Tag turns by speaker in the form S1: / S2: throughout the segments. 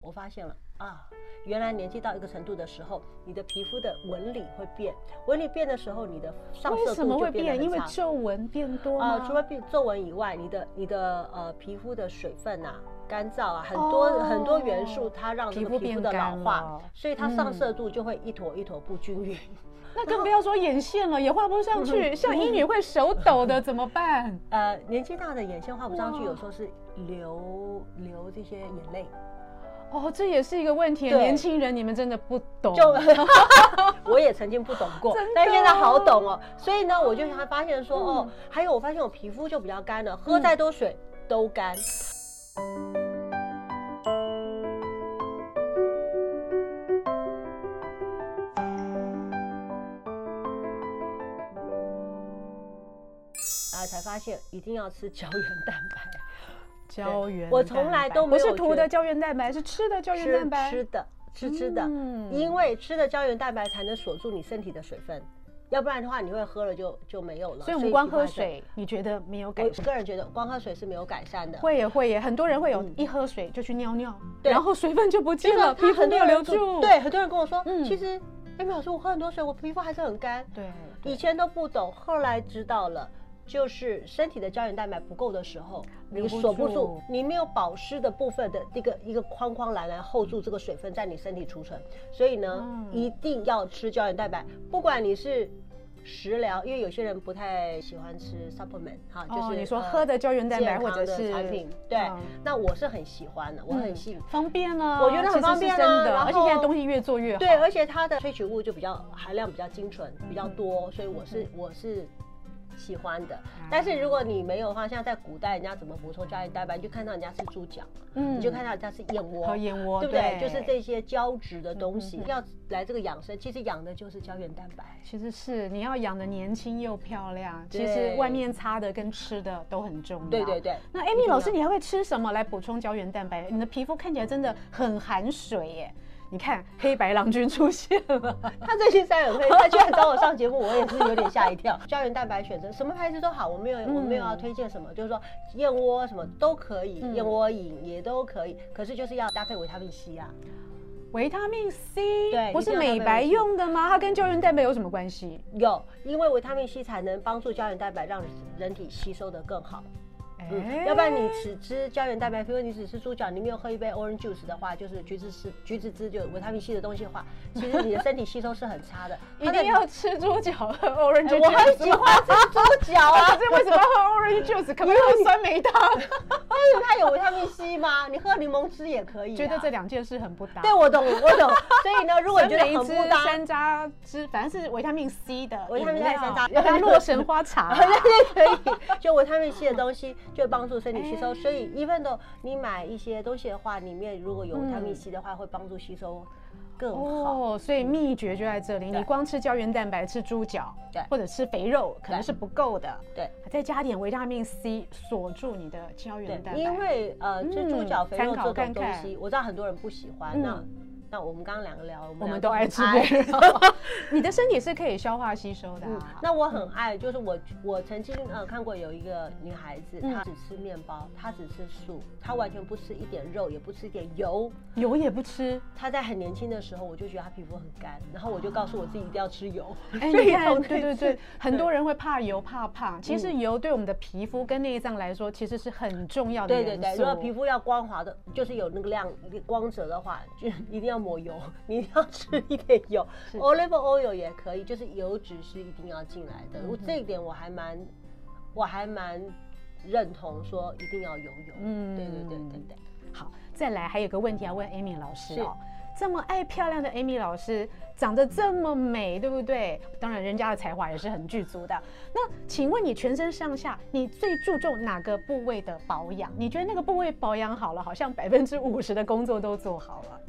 S1: 我发现了啊，原来年纪到一个程度的时候，你的皮肤的纹理会变，纹理变的时候，你的上
S2: 为
S1: 色
S2: 什么
S1: 度
S2: 会
S1: 就变得
S2: 变？
S1: 很
S2: 因为
S1: 差
S2: 皱纹变多
S1: 啊、
S2: 吗
S1: 除了变皱纹以外，你的你的呃皮肤的水分啊、干燥啊，很多、很多元素，
S2: 哦
S1: 它让这
S2: 皮
S1: 个
S2: 肤
S1: 皮肤
S2: 变
S1: 的老
S2: 干
S1: 化
S2: 了，嗯
S1: 所以它上色度就会一坨一坨不均 匀。
S2: 那更不要说眼线了，也画不上去。像英语会手 抖的怎么办？
S1: 呃，年纪大的眼线画不上去，
S2: 哇
S1: 有时候是流流这些眼泪，
S2: 哦，这也是一个问题。
S1: 对
S2: 年轻人，你们真的不懂。
S1: 就 我也曾经不懂过
S2: 真的，
S1: 但现在好懂哦。所以呢，我就还发现说，哦，还有我发现我皮肤就比较干了，喝
S2: 嗯
S1: 再多水都干。啊，才发现一定要吃胶原蛋白。啊
S2: 胶原蛋白，
S1: 我从来都没有
S2: 不是涂
S1: 觉
S2: 的
S1: 得
S2: 胶原蛋白，是吃的胶原蛋白。
S1: 吃吃的，吃吃的，
S2: 嗯
S1: 因为吃的胶原蛋白才能锁住你身体的水分，要不然的话你会喝了就就没有了。
S2: 所以我们光
S1: 其实
S2: 喝
S1: 还是，
S2: 水，你觉得没有改
S1: 我
S2: 善？
S1: 个人觉得光喝水是没有改善的。
S2: 会也会也，很多人会有
S1: 嗯
S2: 一喝水就去尿尿，
S1: 对
S2: 然后水分就不
S1: 就
S2: 见
S1: 是
S2: 了，
S1: 他
S2: 皮肤
S1: 很
S2: 没
S1: 多
S2: 有留
S1: 人
S2: 住。
S1: 跟对，很多人跟我说，
S2: 嗯
S1: 其实艾米老师，我喝很多水，我皮肤还是很干。
S2: 对
S1: 以前都不懂，后来知道了。就是身体的胶原蛋白不够的时候，
S2: 留
S1: 你
S2: 不
S1: 锁不住
S2: 住，
S1: 你没有保湿的部分的这个一个框框栏来 hold 住这个水分在你身体储存，所以呢，
S2: 嗯
S1: 一定要吃胶原蛋白，不管你是食疗，因为有些人不太喜欢吃 supplement 哈，就
S2: 哦，
S1: 是
S2: 你说
S1: 呃
S2: 喝的胶原蛋白
S1: 健
S2: 或
S1: 康
S2: 者
S1: 的
S2: 是
S1: 产品，对
S2: 嗯，
S1: 那我是很喜欢的，我很喜
S2: 方便啊，
S1: 我觉得很
S2: 其实
S1: 方
S2: 是
S1: 便啊
S2: 真的，
S1: 然
S2: 而且现在
S1: 后
S2: 东西越做越好。
S1: 对，而且它的萃取物就比较含量比较精纯，比较多，所以我
S2: 嗯
S1: 是我是喜欢的。但是如果你没有的话，像在古代人家怎么补充胶原蛋白，你就看到人家吃猪脚，
S2: 嗯
S1: 你就看到人家吃燕窝
S2: 和。燕窝，嗯
S1: 对不对？就是。这些胶质的东西，要来这个养生，其实养的就是胶原蛋白。
S2: 其实是你要养的年轻又漂亮，
S1: 对
S2: 其实外面擦的跟吃的都很重要。
S1: 对对。对，
S2: 那
S1: 一定
S2: Amy
S1: 要
S2: 老师，你还会吃什么来补充胶原蛋白？你的皮肤看起来真的很含水耶！你看黑白郎君出现 了，
S1: 他最近三很黑，他居然找我上节目，我也是有点吓一跳。 胶原蛋白选择什么牌子都好，我没有
S2: 嗯
S1: 我没有要推荐什么，就是说燕窝什么都可以，
S2: 嗯
S1: 燕窝饮也都可以，可是就是要搭配维他命 C 啊。
S2: 维他命 C，
S1: 对
S2: 不
S1: 一定
S2: 是
S1: 要搭
S2: 美
S1: 配
S2: 白
S1: 维 C
S2: 用的吗？它跟胶原蛋白有什么关系？
S1: 有，因为维他命 C 才能帮助胶原蛋白让人体吸收的更好。
S2: 哎
S1: 嗯，要不然你只吃胶原蛋白，比如你只吃猪脚，你没有喝一杯 orange juice 的话，就是橘子汁、橘子汁就有维他命 C 的东西的话，其实你的身体吸收是很差的。
S2: 一定要吃猪脚和 orange
S1: 它的。我很
S2: juice
S1: 喜欢吃猪脚啊，
S2: 可是哦为什么要喝 orange juice？可不可以喝酸梅 汤？
S1: 但是它哦有维他命 C 吗？你喝柠檬汁也可以、啊。
S2: 觉得这啊两件事很不搭。
S1: 对我懂，我 懂。所以呢，如果你觉得很
S2: 酸梅
S1: 不
S2: 汁
S1: 搭，
S2: 山楂汁，反正是维他命 C 哦的
S1: 维他命 C
S2: 饮料
S1: 山楂。
S2: 加洛神花 茶
S1: 对可以，就维他命 C 的东西就帮助身体吸收。所
S2: 哎
S1: 以，even though 你买一些东西的话，里面如果有维他命 C 的话，会帮助吸收更好。
S2: 哦，所以秘诀就在这里。
S1: 对
S2: 你光吃胶原蛋白、吃猪脚，
S1: 对
S2: 或者吃肥肉，可能
S1: 对
S2: 是不够的。
S1: 对，
S2: 再加点维他命 C，锁住你的胶
S1: 对
S2: 原蛋，白。
S1: 因为呃，
S2: 嗯
S1: 这猪脚肥肉
S2: 参考
S1: 这种
S2: 看
S1: 东
S2: 看
S1: 西，我知道很多人不喜欢。
S2: 嗯
S1: 那那我们刚刚两个聊，我们两
S2: 我
S1: 个
S2: 们都爱吃
S1: 很
S2: 肥肉， 你的身体是可以消化吸收的
S1: 嗯
S2: 啊。，
S1: 那我很爱，就是我我曾经呃看过有一个女孩子，
S2: 嗯
S1: 她只吃面包，她只吃素，她完全不吃一点肉，也不吃一点油。
S2: 油也不吃，
S1: 她在很年轻的时候，我就觉得她皮肤很干，然后我就告诉我自己一定要吃油。
S2: 哎，
S1: 所以
S2: 你看，
S1: 从那
S2: 对对
S1: 次
S2: 对，很多人会怕油怕胖，其
S1: 嗯
S2: 实油对我们的皮肤跟内脏来说，其实是很重要的
S1: 对
S2: 元素。
S1: 对对，如果皮肤要光滑的，就是有那个亮光泽的话，就 一定要抹油，你一定要吃一点油
S2: 是
S1: ，olive oil 也可以，就是油脂是一定要进来的。我这一点我还蛮，我还蛮认同说一定要有油。嗯，
S2: 嗯
S1: 对对对对对。
S2: 好，再来还有个问题要问 Amy 老师
S1: 是
S2: 哦。这么爱漂亮的 Amy 老师，长得这么美，对不对？当然，人家的才华也是很具足的。那请问你全身上下，你最注重哪个部位的保养？你觉得那个部位保养好了，好像百分之五十的工作都做好了。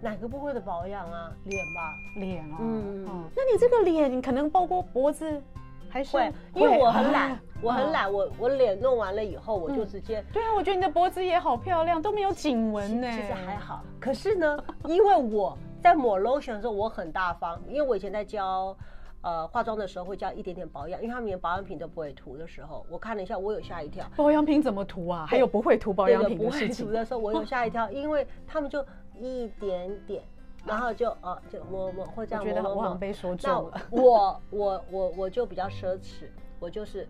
S1: 哪个部位的保养啊？脸吧，
S2: 脸哦，
S1: 嗯
S2: 嗯，那你这个脸可能包括脖子，还是
S1: 会，因为我很
S2: 啊
S1: 懒，我很懒，我我脸弄完了以后，我就直接。
S2: 对啊，我觉得你的脖子也好漂亮，都没有颈纹呢。
S1: 其实还好，可是 呢，因为我在抹 lotion 的时候我很大方，因为我以前在教，呃，化妆的时候会教一点点保养，因为他们连保养品都不会涂的时候，我看了一下，我有吓一跳。
S2: 保养品怎么涂啊？还有不会涂保养
S1: 对
S2: 品
S1: 不
S2: 的
S1: 会
S2: 事
S1: 涂
S2: 情。
S1: 的时候，我有吓一跳，因为他们就一点点，然后就呃就摸摸或这
S2: 我
S1: 样
S2: 觉
S1: 摸
S2: 得
S1: 摸
S2: 我好
S1: 摸
S2: 像。被说中
S1: 那
S2: 了。
S1: 我我我我就比较奢侈，我就是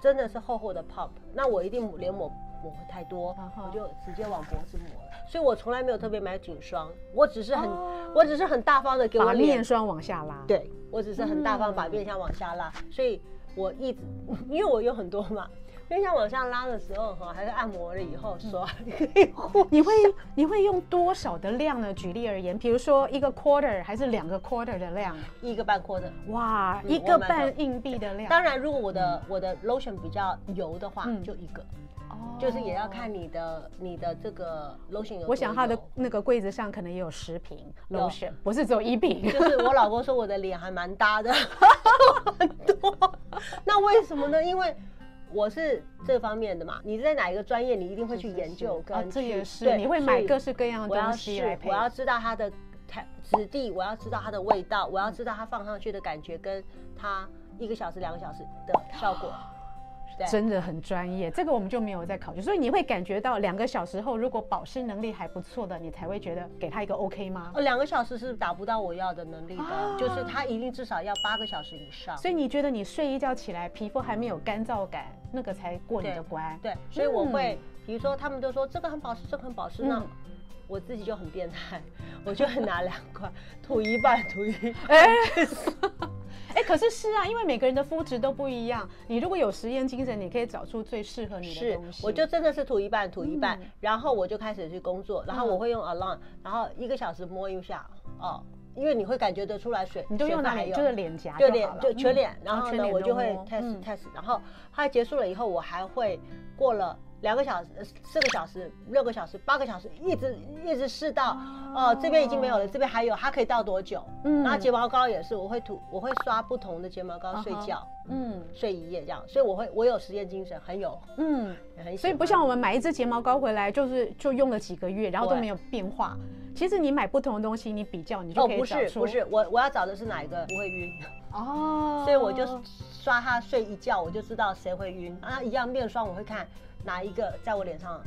S1: 真的是厚厚的 pump，那我一定抹脸抹抹太多
S2: 啊哈
S1: 我就直接往脖子抹了，所以我从来没有特别买颈霜，我只是很、
S2: 哦
S1: 我只是很大方的给我
S2: 把面
S1: 脸，
S2: 霜往下拉，，
S1: 对我只是很大方把
S2: 嗯
S1: 面相往下拉，所以我一直因为我有很多嘛。面相往下拉的时候，哈，还是按摩了以后
S2: 嗯
S1: 说，
S2: 你会你会用多少的量呢？举例而言，比如说一个 quarter 还是两个 quarter 的量？
S1: 一个半扩的。
S2: 哇，
S1: 嗯
S2: 一个
S1: 我买
S2: 半
S1: 的
S2: 硬币的量，
S1: 当然，如果我的我的 lotion 比较油的话，
S2: 哎嗯
S1: 就一个。
S2: 哦
S1: 就是也要。看你的你的这个 lotion 有多
S2: 我想他的
S1: 油
S2: 那个柜子上可能也有十瓶
S1: 有
S2: lotion，不是只有一瓶。
S1: 就是我老公说我的脸还蛮搭的， 很多。那为什么呢？因为我是这方面的嘛，你在哪一个专业，你一定会去研究
S2: 是是是啊
S1: 跟，
S2: 这
S1: 去
S2: 也是，
S1: 对
S2: 你会
S1: 所
S2: 买
S1: 以
S2: 各式各样
S1: 我
S2: 的
S1: 要
S2: 东西来
S1: 试，
S2: 配。
S1: 我要知道它的它质地，我要知道它的味道，我要知道它放上去的感觉，跟它一个小时、两个小时的效果。对
S2: 哦真的很专业，这个我们就没有在考虑，所以你会感觉到两个小时后，如果保湿能力还不错的，你才会觉得给他一个 OK 吗？
S1: 哦，两个小时是达不到我要的能力的，
S2: 啊
S1: 就是它一定至少要八个小时以上。
S2: 所以你觉得你睡一觉起来皮肤还没有干燥感，那个才过你
S1: 对
S2: 的关。
S1: 对，所以我会，比如说他们都说这个很保湿，这个很保湿，那
S2: 嗯
S1: 我自己就很变态， 我就很拿两块涂一半，涂一半。
S2: 哎，哎，可是是啊，因为每个人的肤质都不一样，你如果有实验精神，你可以找出最适合 你的
S1: 是
S2: 东西。，
S1: 我就真的是涂一半，涂一半，
S2: 嗯
S1: 然后我就开始去工作，然后我会用 Alarm，然后一个小时摸一下，哦，因为你会感觉得出来水，
S2: 你就
S1: 水
S2: 用
S1: 分
S2: 哪
S1: 还
S2: 里？
S1: 有
S2: 就是脸颊
S1: 就
S2: 好
S1: 脸
S2: 了
S1: 就全
S2: 嗯
S1: 脸，然后
S2: 全
S1: 呢，
S2: 脸
S1: 我
S2: 都
S1: 就会
S2: 摸
S1: test
S2: 嗯
S1: test，然后它结束了以后，我还会过了两个小时、呃四个小时、六个小时、八个小时，一直一直试到哦这边已经没有了，这边还有，它可以到多久？
S2: 嗯
S1: 然后睫毛膏也是，我会涂，我会刷不同的睫毛膏睡
S2: 啊哈
S1: 觉，
S2: 嗯
S1: 睡一夜这样，所以我会我有实验精神，很有
S2: 嗯。
S1: 很喜
S2: 所以不
S1: 欢
S2: 像我们买一支睫毛膏回来，就是就用了几个月，然后都
S1: 对
S2: 没有变化。其实你买不同的东西，你比较，你就
S1: 哦
S2: 可以
S1: 不
S2: 找
S1: 是
S2: 出
S1: 不是，我我要找的是哪一个不会晕，
S2: 哦
S1: 所以我就刷它睡一觉，我就知道谁会晕啊。一样面霜，我会看哪一个在我脸上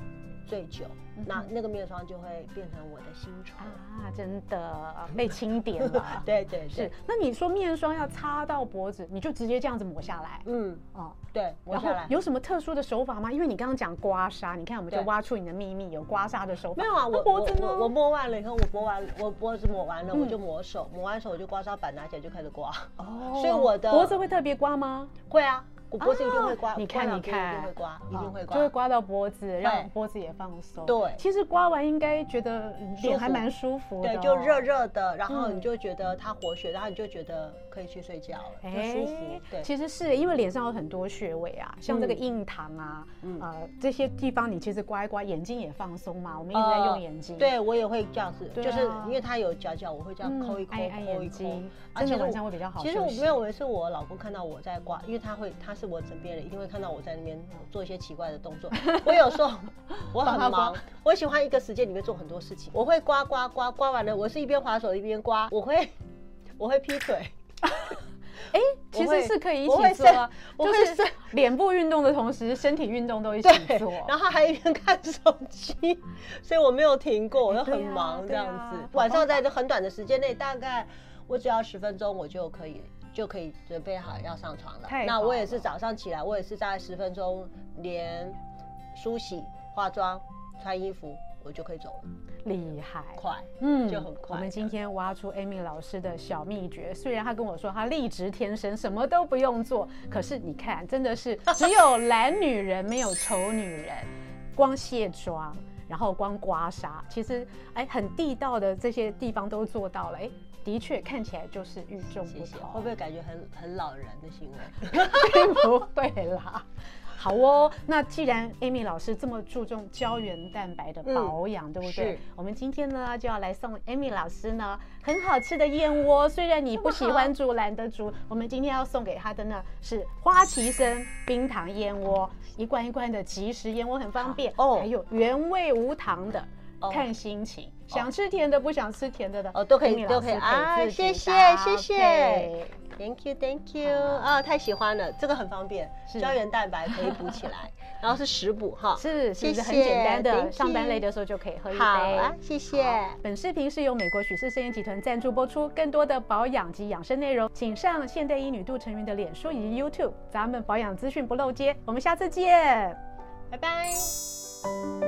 S1: 最久，
S2: 嗯
S1: 那那个面霜就会变成我的新仇。。
S2: 啊，真的被清点了
S1: 对对
S2: 啊是
S1: 对，，
S2: 那你说面霜要擦到脖子，你就直接这样子抹下来
S1: 嗯，
S2: 哦。
S1: 对，抹
S2: 然
S1: 下
S2: 后
S1: 来。
S2: 有什么特殊的手法吗？因为你刚刚讲刮痧，你看我们就
S1: 对
S2: 挖出你的秘密，有刮痧的手法。
S1: 没有啊，
S2: 那
S1: 我
S2: 脖
S1: 我
S2: 子
S1: 我我
S2: 呢？
S1: 摸完了以后，我抹完我脖子抹完了，
S2: 嗯
S1: 我就抹手，抹完手我就刮痧板拿起来就开始刮。
S2: 哦
S1: 所以我的
S2: 脖子会特别刮吗？
S1: 会啊，我脖子一定会刮，
S2: 啊你看
S1: 刮两
S2: 你
S1: 边一
S2: 看哦
S1: 定会刮，一定会
S2: 啊就会
S1: 刮。
S2: 刮到脖子，让脖子也放松。
S1: 对
S2: 其实刮完应该觉得脸还蛮舒服的、哦
S1: 对，就热。热的，然后
S2: 嗯
S1: 你就觉得它活血，然后你就觉得可以去睡觉了，就舒服。对，
S2: 哎其实是因为脸上有很多穴位啊，像这个
S1: 嗯
S2: 印堂啊，
S1: 嗯
S2: 呃，这些地方你其实刮一刮，眼睛也放松嘛。我们一直在
S1: 呃
S2: 用眼睛，
S1: 对我也会这样子，
S2: 对
S1: 就是
S2: 啊嗯
S1: 因为它有角角，我会这样抠一抠
S2: 按一，按
S1: 抠一
S2: 眼
S1: 抠
S2: 睛。
S1: 啊
S2: 真
S1: 其
S2: 的
S1: 实
S2: 晚
S1: 我
S2: 上会比较好
S1: 其实我
S2: 休息
S1: 没有，我是我老公看到我在刮，因为他会，他是我枕边人，一定会看到我在那边做一些奇怪的动 作。我有时候我
S2: 帮他
S1: 很忙
S2: 刮，
S1: 我喜欢一个时间里面做很多事情，我会刮刮刮刮完了，我是一边划手一边刮，我会我会劈腿，
S2: 哎，
S1: 我
S2: 其实
S1: 会
S2: 是可以一
S1: 我会
S2: 起做啊，
S1: 伸 我
S2: 就
S1: 会
S2: 是
S1: 伸
S2: 脸部运动的同时，身体运动都一起
S1: 对
S2: 做。，
S1: 然后还一边看手机，所以我没有停过，我就很
S2: 对啊
S1: 忙这
S2: 对
S1: 样
S2: 啊
S1: 子
S2: 好。
S1: 晚
S2: 方
S1: 上在这很短的时间内，大概我只要十分钟，我就可以就可以准备好要上床了
S2: 太。
S1: 那
S2: 好
S1: 我也
S2: 了
S1: 是早上起来，我也是大概十分钟，连梳洗、化妆、穿衣服，我就可以走了，
S2: 厉害。
S1: 快。
S2: 嗯
S1: 就很快
S2: 我们今天挖出 Amy 老师的小秘诀，虽然她跟我说她立直天生什么都不用做，可是你看，真 的是只有懒女人没有丑女人，光卸妆。然后光刮痧，其实哎很地道的这些地方都做到了，哎，的确看起来就是与众
S1: 谢
S2: 不
S1: 谢，
S2: 同。
S1: 会不会感觉很很老人的行为？
S2: 并不会啦。好哦，那既然 Amy 老师这么注重胶原蛋白的保养，对不
S1: 嗯
S2: 对
S1: 是？
S2: 我们今天呢就要来送 Amy 老师呢很好吃的燕窝，虽然你不喜 欢煮，懒得煮，我们今天要送给她的呢是花旗参冰糖燕窝，一罐一罐的即食燕窝很方便
S1: 好哦
S2: 还有原味无糖的。
S1: 哦
S2: 看心情，想吃甜的，不想吃甜的的，
S1: 哦都可以
S2: Amy 老师
S1: 都可以啊
S2: 自己
S1: 谢谢
S2: 搭
S1: 谢谢
S2: 配
S1: Thank you, thank you 啊，太喜欢了，这个很方便
S2: 是，
S1: 胶原蛋白可以补起来，然后是食补哈。
S2: 是，其实
S1: 谢
S2: 很简单
S1: 谢
S2: 的，
S1: ，thank
S2: 上班
S1: you
S2: 累的时候就可以喝一杯。
S1: 好啊，谢谢，
S2: 本视频是由美国许氏生业集团赞助播出。更多的保养及养生内容，请上现代医女杜成云的脸书以及 YouTube。咱们保养资讯不漏接，我们下次见。
S1: 拜拜。